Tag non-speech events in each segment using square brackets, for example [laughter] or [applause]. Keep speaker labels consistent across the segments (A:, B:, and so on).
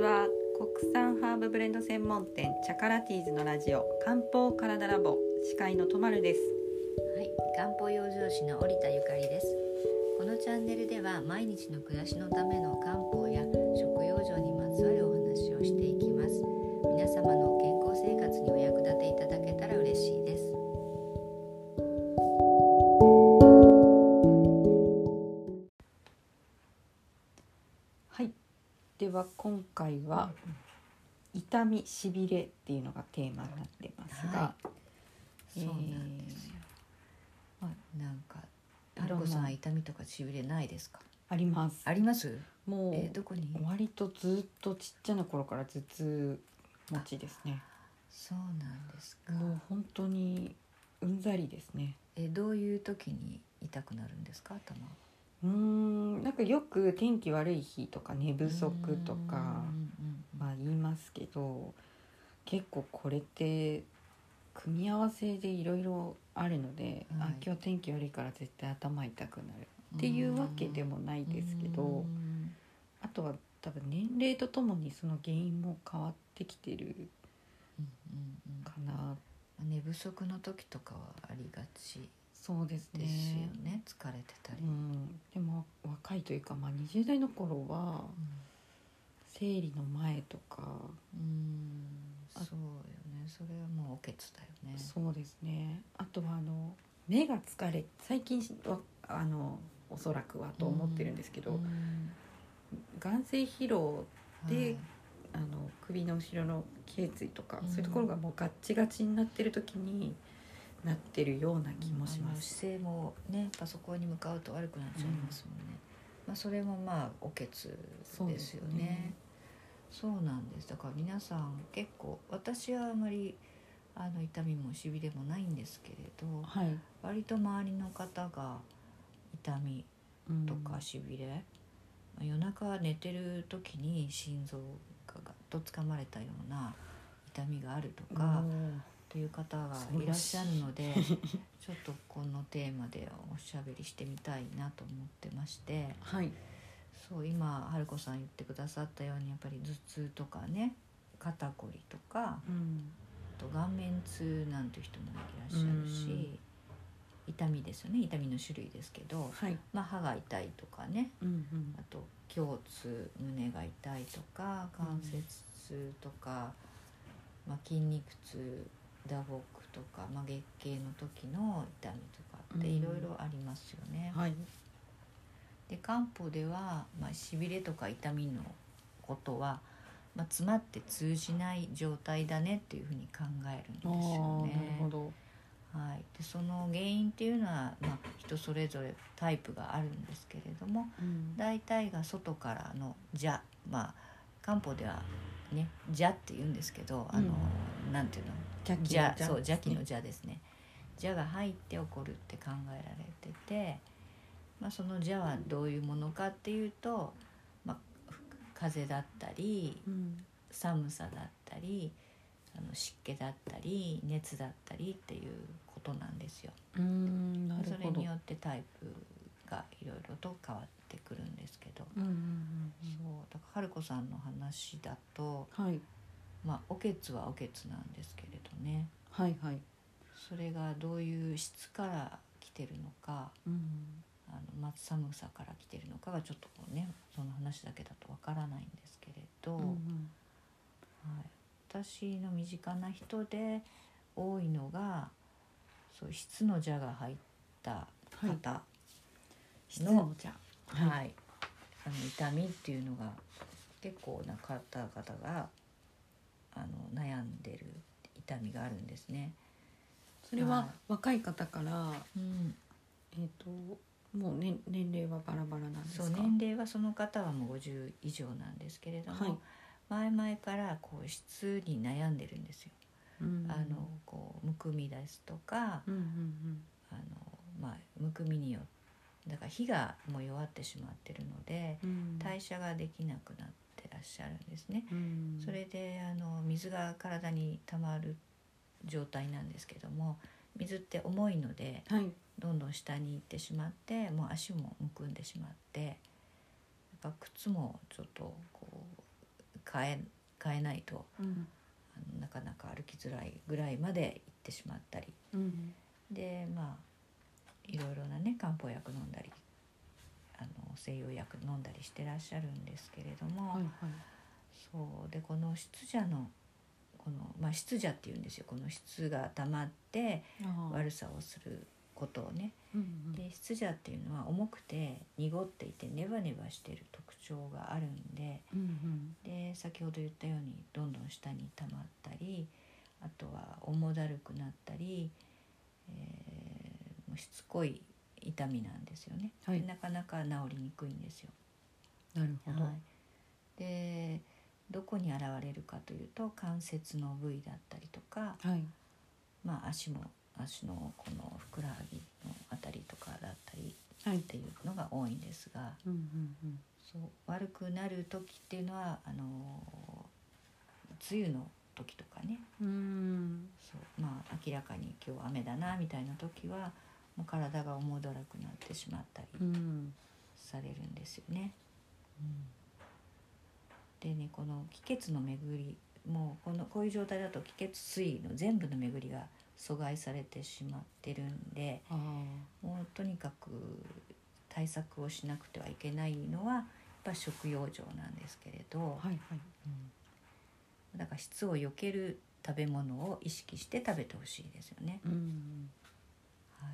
A: は国産ハーブブレンド専門店チャカラティーズのラジオ漢方体ラボ司会のとまるです
B: はい、漢方養生師の織田ゆかりですこのチャンネルでは毎日の暮らしのための漢方や食養生にまつわるお話をしていきます皆様の健康生活にお役立ていただけたら嬉しいです
A: はいでは今回は痛みしびれっていうのがテーマになってますが、
B: は
A: えー
B: そうなんですよ、
A: ま
B: なんか
A: い
B: タ
A: ろんな
B: ロコさんは痛みとかしびれないですか
A: あります
B: あります
A: もう、
B: えーどこに
A: 割とずっとちっちゃな頃から頭痛持ちですね
B: そうなんですか
A: もう本当にうんざりですね
B: えどういう時に痛くなるんですか頭
A: うーんなんかよく天気悪い日とか寝不足とか
B: うんうんうん
A: まあ言いますけど結構これって組み合わせでいろいろあるので、
B: は
A: あ
B: い
A: 今日天気悪いから絶対頭痛くなるっていうわけでもないですけど、
B: うん
A: あとは多分年齢とともにその原因も変わってきてる
B: うんうんうん
A: かな
B: 寝不足の時とかはありがち
A: そうですね
B: ですよね疲れてたり、
A: うん、でも若いというか、まあ、20代の頃は生理の前とか、
B: うん
A: あ
B: そうよねそれはもうおけつだよね
A: そうですねあとはあの目が疲れ最近はあのおそらくはと思ってるんですけど、
B: うん
A: 眼性疲労で
B: はい
A: あの首の後ろの頸椎とか、
B: うん
A: そういうところがもうガッチガチになってる時になってるような気もしま
B: あの
A: す。
B: 姿勢もねパソコンに向かうと悪くなっちゃいますもんね、まあ、それもまあおけつですよ
A: そうですね
B: ねそうなんですだから皆さん結構私はあまりあの痛みもしびれもないんですけれど
A: はい、
B: 割と周りの方が痛み
A: うん
B: とかしびれ、まあ夜中寝てる時に心臓がガッとつかまれたような痛みがあるとか、
A: うん
B: という方がいらっしゃるので [laughs] ちょっとこのテーマでおしゃべりしてみたいなと思ってまして
A: はい、
B: そう今春子さん言ってくださったようにやっぱり頭痛とかね肩こりとか
A: うん、
B: あと顔面痛なんていう人もいらっしゃるし痛みですよね痛みの種類ですけど、
A: はい、
B: まあ、歯が痛いとかね
A: うんうん
B: あ、と胸痛胸が痛いとか関節痛とか、まあ、筋肉痛打撲とか、まあ、月経の時の痛みとかって
A: うん
B: いろいろありますよね。
A: はい、
B: で漢方では、まあ、しびれとか痛みのことは、まあ、詰まって通じない状態だねっていうふうに考えるんです
A: ああ
B: よ
A: ー、なるほ
B: ね。
A: ど、
B: はい、でその原因っていうのは、まあ、人それぞれタイプがあるんですけれども
A: うん
B: 大体が外からの邪まあ漢方ではね邪って言うんですけどあの、なんていうの
A: 邪気
B: 邪そう
A: 邪
B: 邪気の
A: です
B: 邪ですね邪が入って起こるって考えられてて、まあ、その邪はどういうものかっていうと、まあ、ふ風邪だったり
A: ねうん
B: 寒さだったりあの湿気だったり熱だったりっていうことなんですよ。
A: うーん、なる
B: それ
A: ほど
B: によってタイプがいろいろと変わってくるんですけど。
A: うんうんうん
B: そうだから春子さんの話だと
A: うんはい
B: まあおけつはおけつなんですけれどね
A: はいはい、
B: それがどういう質から来てるのか
A: うん、
B: あのまあ寒さから来てるのかがちょっとこうねその話だけだとわからないんですけれど、
A: うんうん
B: はい、私の身近な人で多いのがそう質の蛇が入った方、
A: 質のじゃ
B: はい、
A: は
B: あの痛みっていうのが結構な方々があの悩んでる痛みがあるんですね。
A: それは
B: はい
A: 若い方から、
B: うん、
A: えっ、ともう年年齢はバラバラなんです
B: そ
A: か。
B: う年齢はその方はもう50以上なんですけれども、
A: はい
B: 前々からこう質に悩んでるんですよ。
A: うん
B: あのこうむくみですとか、
A: うんうん
B: あのまあむくみによってだから火がもう弱ってしまってるので
A: うんうん。
B: 代謝ができなくなってらっしゃるんですね。
A: うん
B: それであの水が体に溜まる状態なんですけども水って重いので
A: はい。
B: どんどん下に行ってしまってもう足もむくんでしまってやっぱ靴もちょっとこう変え変えないと
A: うん
B: あのなかなか歩きづらいぐらいまで行ってしまったり
A: うん
B: でまあいろいろなね漢方薬飲んだりあの西洋薬飲んだりしてらっしゃるんですけれども、
A: はいはい
B: そうでこの湿邪のこの、まあ、湿邪っていうんですよこの湿が溜まって
A: ああ
B: 悪さをすることをね。
A: うん
B: で湿邪っていうのは重くて濁っていてネバネバしてる特徴があるんで
A: うんうん
B: で先ほど言ったようにどんどん下に溜まったりあとは重だるくなったり、えーもうしつこい痛みなんですよね、
A: はい
B: でなかなか治りにくいんですよ。
A: なるほど
B: はい、でどこに現れるかというと関節の部位だったりとか、
A: はい
B: まあ、足も足のこのふくらはぎのあたりとかだったり
A: はい
B: っていうのが多いんですが。
A: うんうんうん
B: そう悪くなる時っていうのはあのー梅雨の時とかね
A: うーん
B: そうまあ明らかに今日雨だなみたいな時はもう体が重だらくなってしまった
A: う
B: り
A: ん
B: されるんですよね。でねこの気血の巡りもうこのこういう状態だと気血水の全部の巡りが阻害されてしまってるんで
A: ああ
B: もうとにかく対策をしなくてはいけないのはやっぱ食用状なんですけれど。
A: はいはい
B: だから質を避ける食べ物を意識して食べてほしいですよね。
A: うん
B: はい、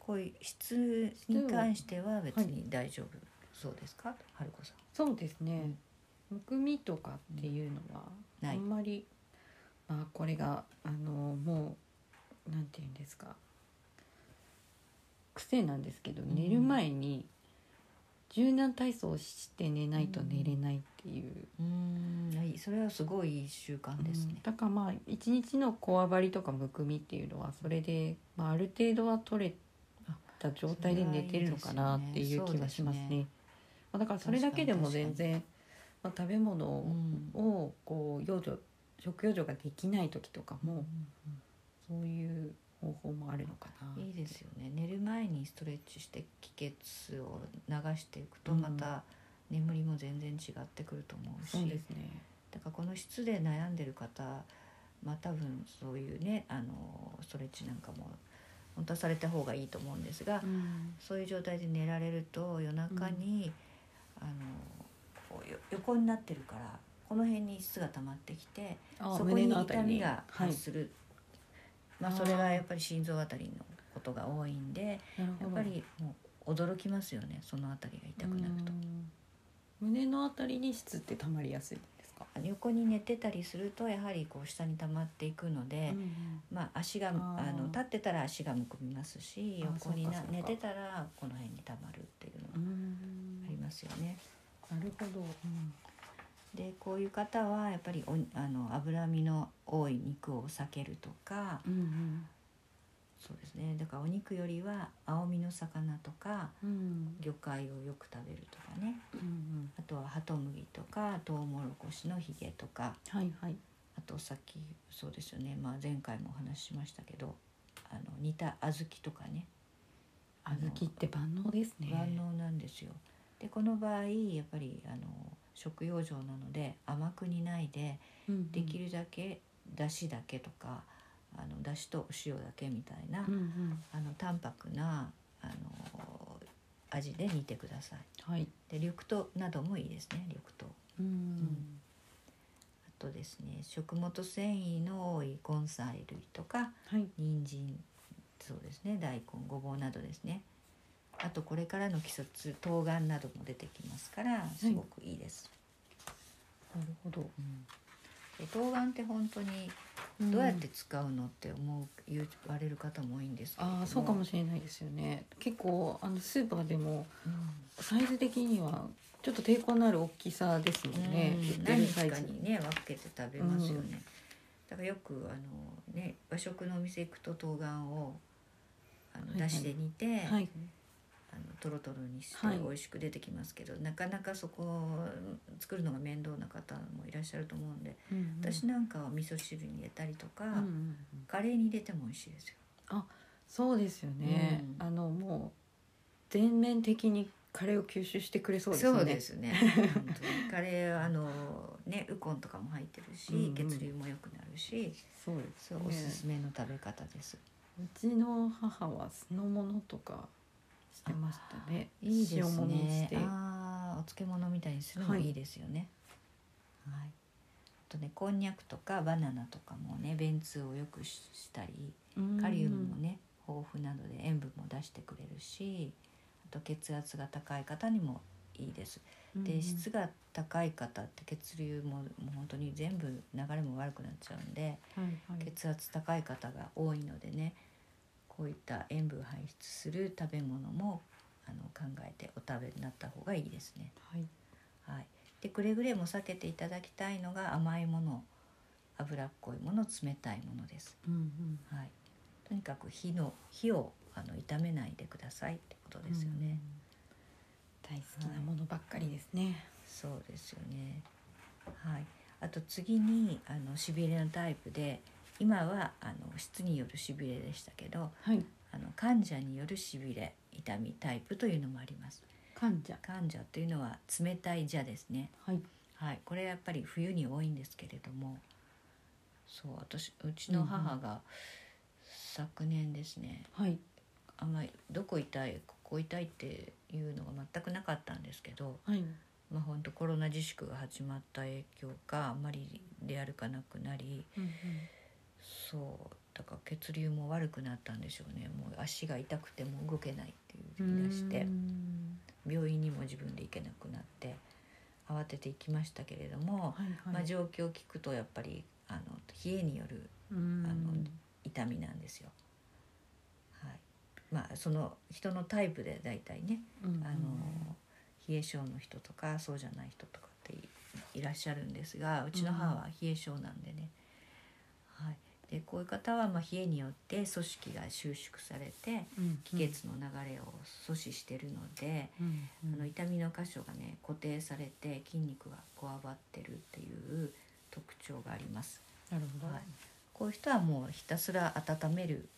B: こういう質に関しては別に大丈夫そうですか、春子さん。
A: そうですねむくみとかっていうのは
B: う
A: あ
B: んない
A: んまりまあこれがあのもうなんていうんですか癖なんですけど
B: ん
A: 寝る前に柔軟体操をして寝ないと寝れないっていう
B: うん、はい、それはすごいいい習慣です
A: うん
B: ね。
A: だからまあ一日のこわばりとかむくみっていうのはそれで、まあ、ある程度は取れた状態で寝てるのかなっていう気はします
B: それはいいですねそうです
A: ね。まあだからそれだけでも全然、まあ、食べ物
B: う
A: を,、
B: ん
A: こう養生食養生ができない時とかもそういう方法もあるのかなって。
B: いいですよね。寝る前にストレッチして気血を流していくと
A: うん
B: また眠りも全然違ってくると思うし。
A: そうですね。
B: だからこの質で悩んでる方まあ多分そういうねあのストレッチなんかも本当はされた方がいいと思うんですが、
A: うん
B: そういう状態で寝られると夜中に、あのこうよ横になってるからこの辺に質が溜まってきてそこに痛みが
A: はい
B: 発。する、まあ、それがやっぱり心臓あたりのことが多いんで
A: なるほ
B: やっ
A: ど
B: ぱりもう驚きますよねそのあたりが痛くなると
A: う。ん胸のあたりに質ってたまりやすいんですか。
B: 横に寝てたりするとやはりこう下に溜まっていくので、
A: うん
B: まあ、足があ
A: ー
B: の立ってたら足がむくみますし
A: あー
B: 横にな
A: そうかそう
B: 寝
A: か
B: てたらこの辺にたまるっていうの
A: う
B: が
A: ん
B: ありますよね。
A: なるほど。
B: でこういう方はやっぱりおあの脂身の多い肉を避けるとか
A: うんうん
B: そうですねだからお肉よりは青身の魚とか
A: うんうん
B: 魚介をよく食べるとかね
A: うん
B: あとはハトムギとかトウモロコシのヒゲとか
A: はいはい。
B: あとさっきそうですよね、まあ、前回もお話ししましたけどあの煮た小豆とかね
A: 小豆って万能ですね。
B: 万能なんですよ。でこの場合やっぱりあの食用状なので甘く煮ないで
A: うんうん
B: でき。るだけだしだけとかあのだしとお塩だけみたいな、
A: うんうん
B: あの淡白なあの味で煮てください。
A: はい。
B: で緑豆などもいいですね緑豆。
A: うん
B: あとですね食物繊維の多い根菜類とか
A: はい。
B: 人参そうですね大根ごぼうなどですねあとこれからの季節冬瓜なども出てきますからすごくいいです、
A: なるほど。
B: で冬瓜って本当にどうやって使うのって思う、言われる方も多いんですけれど
A: ああそうかもしれないですよね。結構あのスーパーでも
B: うん
A: サイズ的にはちょっと抵抗のある大きさですもんね。
B: うん
A: 売って
B: 何
A: る
B: 日
A: サイ
B: か
A: ズ。
B: にね分けて食べますよね、
A: うん
B: だからよくあの、ね、和食のお店行くと冬瓜をあ
A: はい
B: の
A: はい
B: だしで煮て、
A: はい。
B: あのトロトロにして
A: はい
B: 美味しく出てきますけど、なかなかそこうん作るのが面倒な方もいらっしゃると思うんで、
A: うんうん
B: 私なんかは味噌汁に入れたりとか、
A: うんうんうん
B: カレーに入れても美味しいですよ。
A: そうですよね、
B: うん
A: あのもう全面的にカレーを吸収してくれそうですね
B: そうですね。本当にカレーはあのねウコンとかも入ってるし、
A: うんうん
B: 血流も良くなるし、
A: そうです
B: そうおすすめの食べ方です。
A: うちの母は酢の物とかしてましたね
B: いいで
A: 塩
B: す
A: 物にし
B: ね
A: て。
B: ああお漬物みたいにするのも
A: はい
B: いいですよね。はい。あとねこんにゃくとかバナナとかもね便通を良くししたり、
A: うん
B: カリウムもね豊富なので塩分も出してくれるし、あと血圧が高い方にもいいです。
A: うん
B: で質が高い方って血流ももう本当に全部流れも悪くなっちゃうんで
A: はいはい
B: 血圧高い方が多いのでねこういった塩分排出する食べ物もあの考えてお食べになった方がいいですね。
A: はい
B: はい、でくれぐれも避けていただきたいのが甘いもの脂っこいもの冷たいものです。
A: うんうん
B: はい、とにかく火の火をあの炒めないでくださいってことですよね。
A: うん。大好きなものばっかりですね。
B: そうですよね。はい。あと次にあのしびれのタイプで、今はあの質によるしびれでしたけど、
A: はい。
B: あの患者によるしびれ痛みタイプというのもあります。
A: 患者。
B: 患者というのは冷たい蛇ですね。
A: はい。
B: はい。これやっぱり冬に多いんですけれども、そう私うちの母が昨年ですね、
A: はい。
B: あんまりどこ痛いここ痛いっていうのが全くなかったんですけど。
A: はい。
B: まあ、本当コロナ自粛が始まった影響かあんまり出歩かなくなりそうだから血流も悪くなったんでしょうねもう足が痛くても動けないっていう言い出して
A: うん
B: 病院にも自分で行けなくなって慌てて行きましたけれども、
A: はいはい。
B: まあ、状況を聞くとやっぱりあの冷えによる
A: うん
B: あの痛みなんですよ。はいまあ、その人のタイプで大体ね
A: うん
B: あの冷え性の人とかそうじゃない人とかっていいらっしゃるんですがうちの母は冷え性なんでね、はい、でこういう方はまあ冷えによって組織が収縮されて
A: うん
B: 気血の流れを阻止してるので、
A: うんうん
B: あの痛みの箇所がね固定されて筋肉がこわばってるっていう特徴があります。
A: なるほど
B: はい。こういう人はもうひたすら温める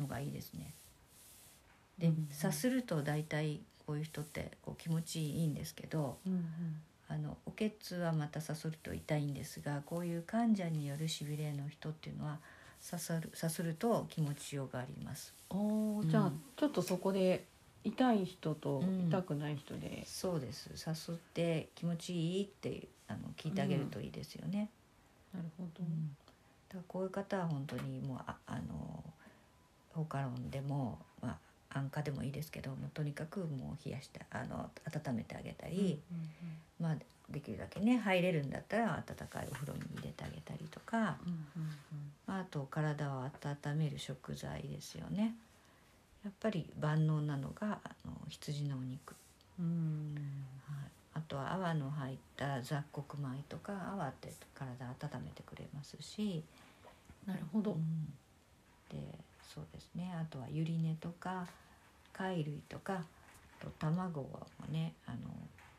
B: のがいいですね。で
A: うん
B: さすると大体こういう人ってこう気持ちいいんですけど
A: うんうん
B: あのおけつはまたさすると痛いんですがこういう患者によるしびれの人っていうのはさするさすると気持ちようがあります。
A: お
B: う
A: お、
B: ん
A: じゃあ、ちょっとそこで。痛い人と
B: うん
A: 痛くない人で。
B: そうですさすって気持ちいいってあの聞いてあげるといいですよね。
A: なるほど
B: だからこういう方は本当にもうああの放課論でも、まあ、安価でもいいですけどもうとにかくもう冷やしてあの温めてあげたり、
A: うん
B: まあ、できるだけね入れるんだったら温かいお風呂に入れてあげたりとか、
A: うんうん
B: まあ、あと体を温める食材ですよね。やっぱり万能なのがあの羊のお肉、
A: うんうん。うん。
B: はい、あとは泡の入った雑穀米とか泡って体温めてくれますし。
A: なるほど。
B: でそうですねあとはゆり根とか貝類とかあと卵はねあの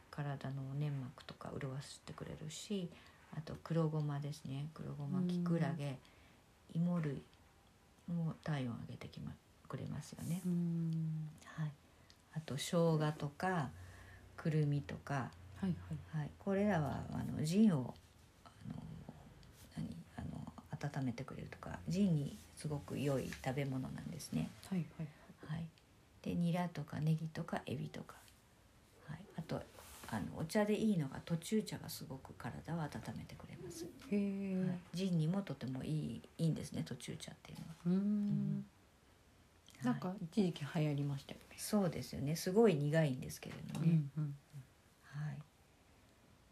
B: 体の粘膜とか潤してくれるしあと黒ごまですね黒ごま
A: うん
B: きくらげ芋類も体温を上げてきまくれますよね、
A: うん。
B: はい、あと生姜とかくるみとか
A: はい
B: はい、これらはあの腎をあの何あの温めてくれるとか腎にすごく良い食べ物なんですね。
A: はい。はいはい。
B: はい、でニラとかネギとかエビとか、はい、あとあのお茶でいいのが途中茶がすごく体を温めてくれます。
A: へえ。
B: はい、腎にもとてもいいいいんですね途中茶っていうのは。
A: う
B: うん
A: ん。なん
B: はい
A: か一時期流行りましたよね。
B: そうですよねすごい苦いんですけれども
A: う
B: ね、
A: んうん
B: はい、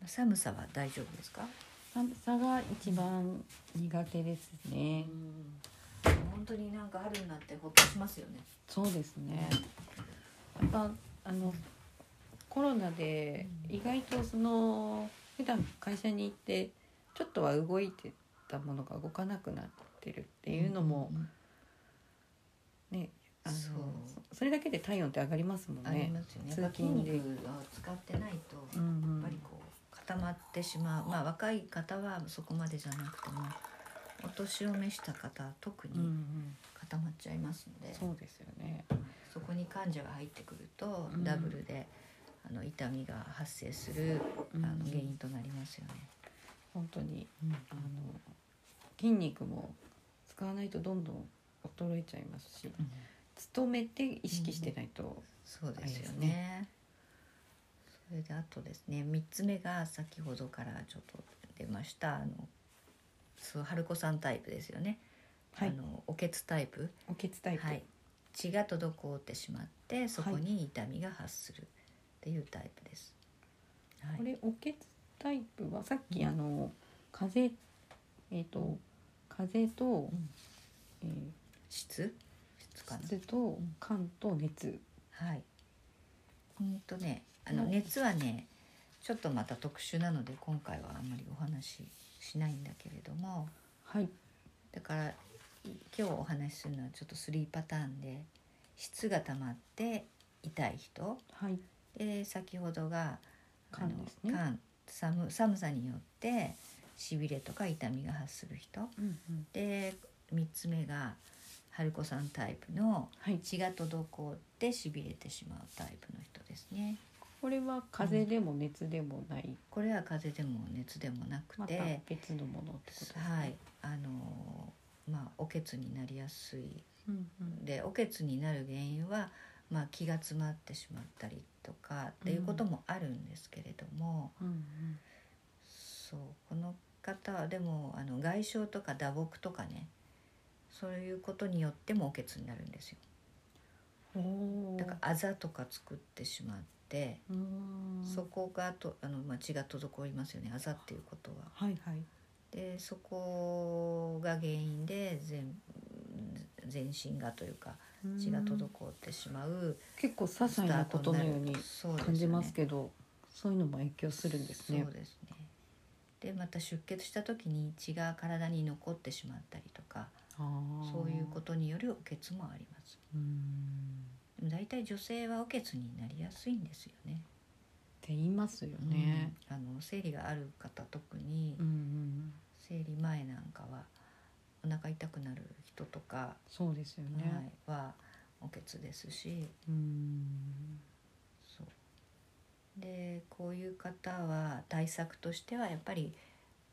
B: 寒さは大丈夫ですか
A: 寒さが一番苦手ですね。
B: 本当になんか春になってほっとしますよね。
A: そうですね。やっぱあのコロナで
B: うん
A: 意外とその普段会社に行ってちょっとは動いてたものが動かなくなってるっていうのもね、あの
B: そう
A: そそれだけで体温って上がりますもん
B: あり
A: ね。
B: ますよね。
A: 通
B: やっぱ筋
A: 勤で
B: 肉を使ってないと
A: う
B: や
A: んうん
B: っぱりこう固まってしまう。まあ若い方はそこまでじゃなくてもお年を召した方は特
A: うんう
B: に
A: ん
B: 固まっちゃいますので、
A: そうですよね。
B: そこに患者が入ってくると
A: うん
B: ダブルであの痛みが発生するあの原因となりますよね。
A: 本当にあの筋肉も使わないとどんどん衰えちゃいますし努めて意識してないと、
B: そうで
A: あれ
B: す
A: で
B: よ
A: す
B: ね。それであとですね3つ目が先ほどからちょっと出ましたあのそう春子さんタイプですよね、
A: はい
B: あのおけつタイプ
A: おけつタイプ、
B: はい、血が滞ってしまってそこに痛みが発するっていうタイプです。はい
A: これおけつタイプはさっきあの風邪えっ、と風邪と、
B: うん
A: えー
B: 質質かな
A: 湿と寒と熱
B: はい。うんとね、あの
A: はい
B: 熱はね、ちょっとまた特殊なので今回はあんまりお話ししないんだけれども、
A: はい
B: だからい今日お話しするのはちょっと3パターンで、質が溜まって痛い人、
A: はい
B: で先ほどがあの
A: 寒ですね
B: 寒寒寒さによってしびれとか痛みが発する人、
A: うんうん
B: で3つ目が春子さんタイプの
A: はい
B: 血が滞ってしびれてしまうタイプの人ですね
A: これは風邪でも熱でもない、
B: これは風邪でも熱でもなく
A: また
B: て、
A: 別のものってことですね
B: はいあのーまあおけつになりやすい
A: うんうん
B: でおけつになる原因は、まあ、気が詰まってしまったりとかっていうこともあるんですけれども、
A: うんうん
B: そうこの方はでもあの外傷とか打撲とかねそういうことによってもおけつになるんですよ
A: おー
B: だからあざとか作ってしまって
A: うーん
B: そこがとあの、まあ、血が滞りますよねあざっていうことは。
A: はいはい
B: でそこが原因で全全身がというか血が滞
A: うん
B: ってしまう
A: 結構些細なことのように
B: そうですね
A: 感じますけどそういうのも影響するんですね
B: そうですねでまた出血した時に血が体に残ってしまったりとかそういうこととによるおけつもあります
A: うん
B: でも大体女性はおけつになりやすいんですよね
A: って言いますよね、
B: うんあの生理がある方特に
A: うんうん、
B: 生理前なんかはお腹痛くなる人とか、
A: そうですよね、
B: はい、はおけつですし
A: うん
B: そうでこういう方は対策としてはやっぱり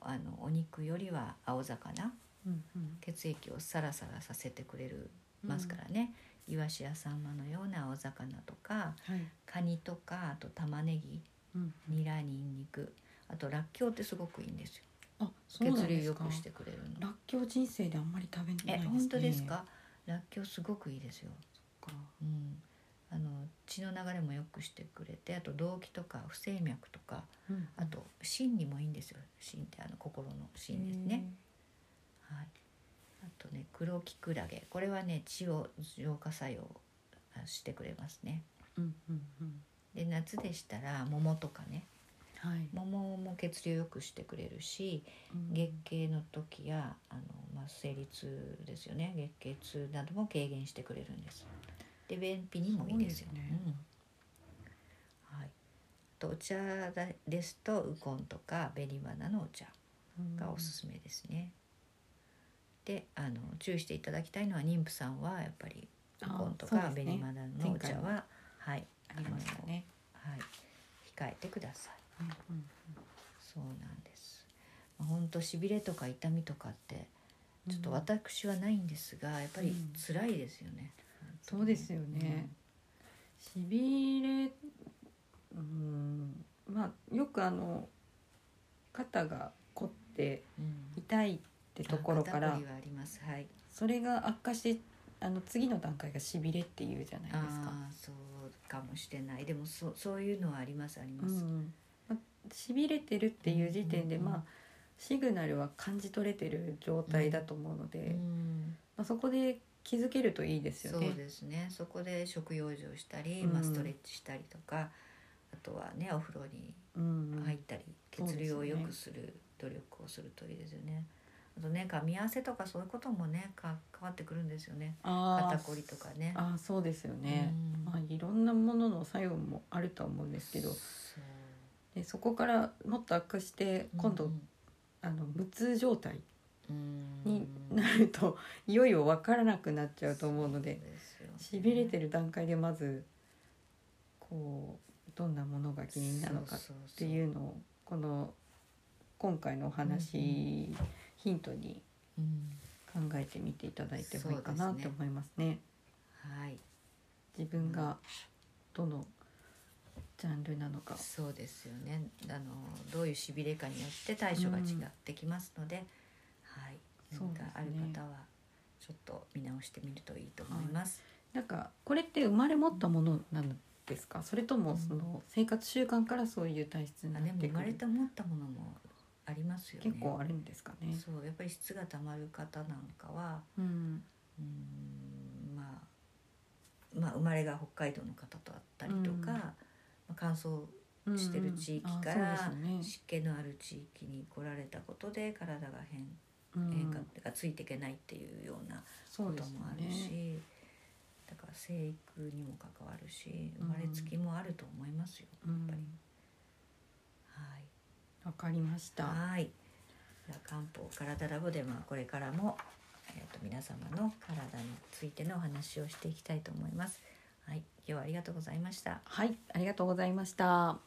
B: あのお肉よりは青魚
A: うんうん
B: 血液をサラサラさせてくれるますからね、イワシやサンマのような青魚とか
A: はい、
B: カニとかあと玉ねぎ
A: うん、
B: ニラニンニクあとらっきょうってすごくいいんですよ
A: あそうな
B: 血
A: んで
B: 流
A: す
B: 良
A: から
B: くしてくれる
A: ら
B: の
A: っきょう人生であんまり食べないですね
B: え本当ですからっきょうすごくいいですよ、
A: そっか
B: うん、あの血の流れも良くしてくれてあと動悸とか不整脈とか
A: うん
B: あと心にもいいんですよ心ってあの心の心ですね、はい、あとね黒きくらげこれはね血を浄化作用あしてくれますね
A: うんうんうん
B: で夏でしたら桃とかね
A: はい
B: 桃も血流良くしてくれるし
A: うん
B: 月経の時やあの、まあ、生理痛ですよね月経痛なども軽減してくれるんですで便秘にもいいですよ
A: そうです
B: ね
A: ね、
B: うんはい、あとお茶だですとウコンとか紅花のお茶がおすすめですね、であの注意していただきたいのは妊婦さんはやっぱりウコンと
A: あ
B: か
A: そうです
B: 紅
A: ね
B: 花のお茶
A: 前回
B: は、
A: も
B: はい
A: ありましたね
B: はい、控えてください
A: うんうん
B: そうなんです。まあ本当しびれとか痛みとかってちょっと
A: うん
B: 私はないんですが、やっぱり
A: うん
B: 辛いですよね。
A: そうですよねしびれうんまあよくあの肩が凝って
B: うん。うん
A: 痛いってところか
B: あ
A: ら
B: 肩こりはあります。はい。
A: それが悪化してあの次の段階がしびれっていうじゃない
B: あ
A: ですか。
B: あーそうかもしれない。でもそうそういうのはありますあり
A: う
B: ます。
A: んまあ、しびれてるっていう時点で、
B: うんうんうん
A: まあ、シグナルは感じ取れてる状態だと思うので、
B: うん
A: まあ、そこで気づけるといいです
B: そ
A: よ
B: う
A: ね。
B: ですね。そこで食用事をしたり、
A: うん
B: まあストレッチしたりとか、あとはねお風呂に
A: うんうん
B: 入ったり
A: そうで
B: 血
A: すね
B: 流を良くする努力をするといいですよね。あとね噛み合わせとかそういうこともねか関わってくるんですよね。
A: あ
B: 肩
A: ー
B: こりとかね。
A: あーそうですよね。
B: うん
A: まあ、いろんなものの作用もあるとは思うんですけど
B: そう
A: でそこからもっと悪化して今度、あの無痛状態
B: うん
A: になると、 [laughs] いよいよ分からなくなっち
B: そ
A: ゃうと思うので
B: ですよね
A: しびれてる段階でまずこうどんなものが原因なのかっ
B: そうそうそう
A: ていうのをこの今回のお話ヒントに
B: うん
A: 考えてみていただいてもいいかな
B: そう
A: っ
B: ですね
A: て思いますね。
B: はい
A: 自分がどのジャンルなのか、
B: そうですよねあのどういうしびれかによって対処が違ってきますので、はい
A: そう
B: 何
A: です
B: か
A: ね
B: ある方はちょっと見直してみるといいと思います。
A: なんかこれって生まれ持ったものなんですか？それともその生活習慣からそういう体質にな
B: あ
A: っ
B: でも
A: て
B: 生
A: く
B: まれ
A: る
B: て思ったものもありますよね。
A: 結構あるんですかね。
B: そうやっぱり質がたまる方なんかは
A: うん、
B: うーんまあまあ生まれが北海道の方とあったりと
A: うん
B: か、まあ、乾燥してる地域から
A: うんうんあそうですよね
B: 湿気のある地域に来られたことで体が変
A: うん
B: 変化がついていけないっていうような
A: そ
B: こ
A: うで
B: と
A: すよ
B: もあるし、
A: ね。
B: だから生育にも関わるし
A: う
B: 生
A: ん
B: まれつきもあると思いますよ。
A: うん
B: やっぱり
A: わかりました。
B: はいはいじゃあ漢方体ラボでまあこれからも、えー、と皆様の体についてのお話をしていきたいと思います。はい、今日はありがとうございました。
A: はい、ありがとうございました。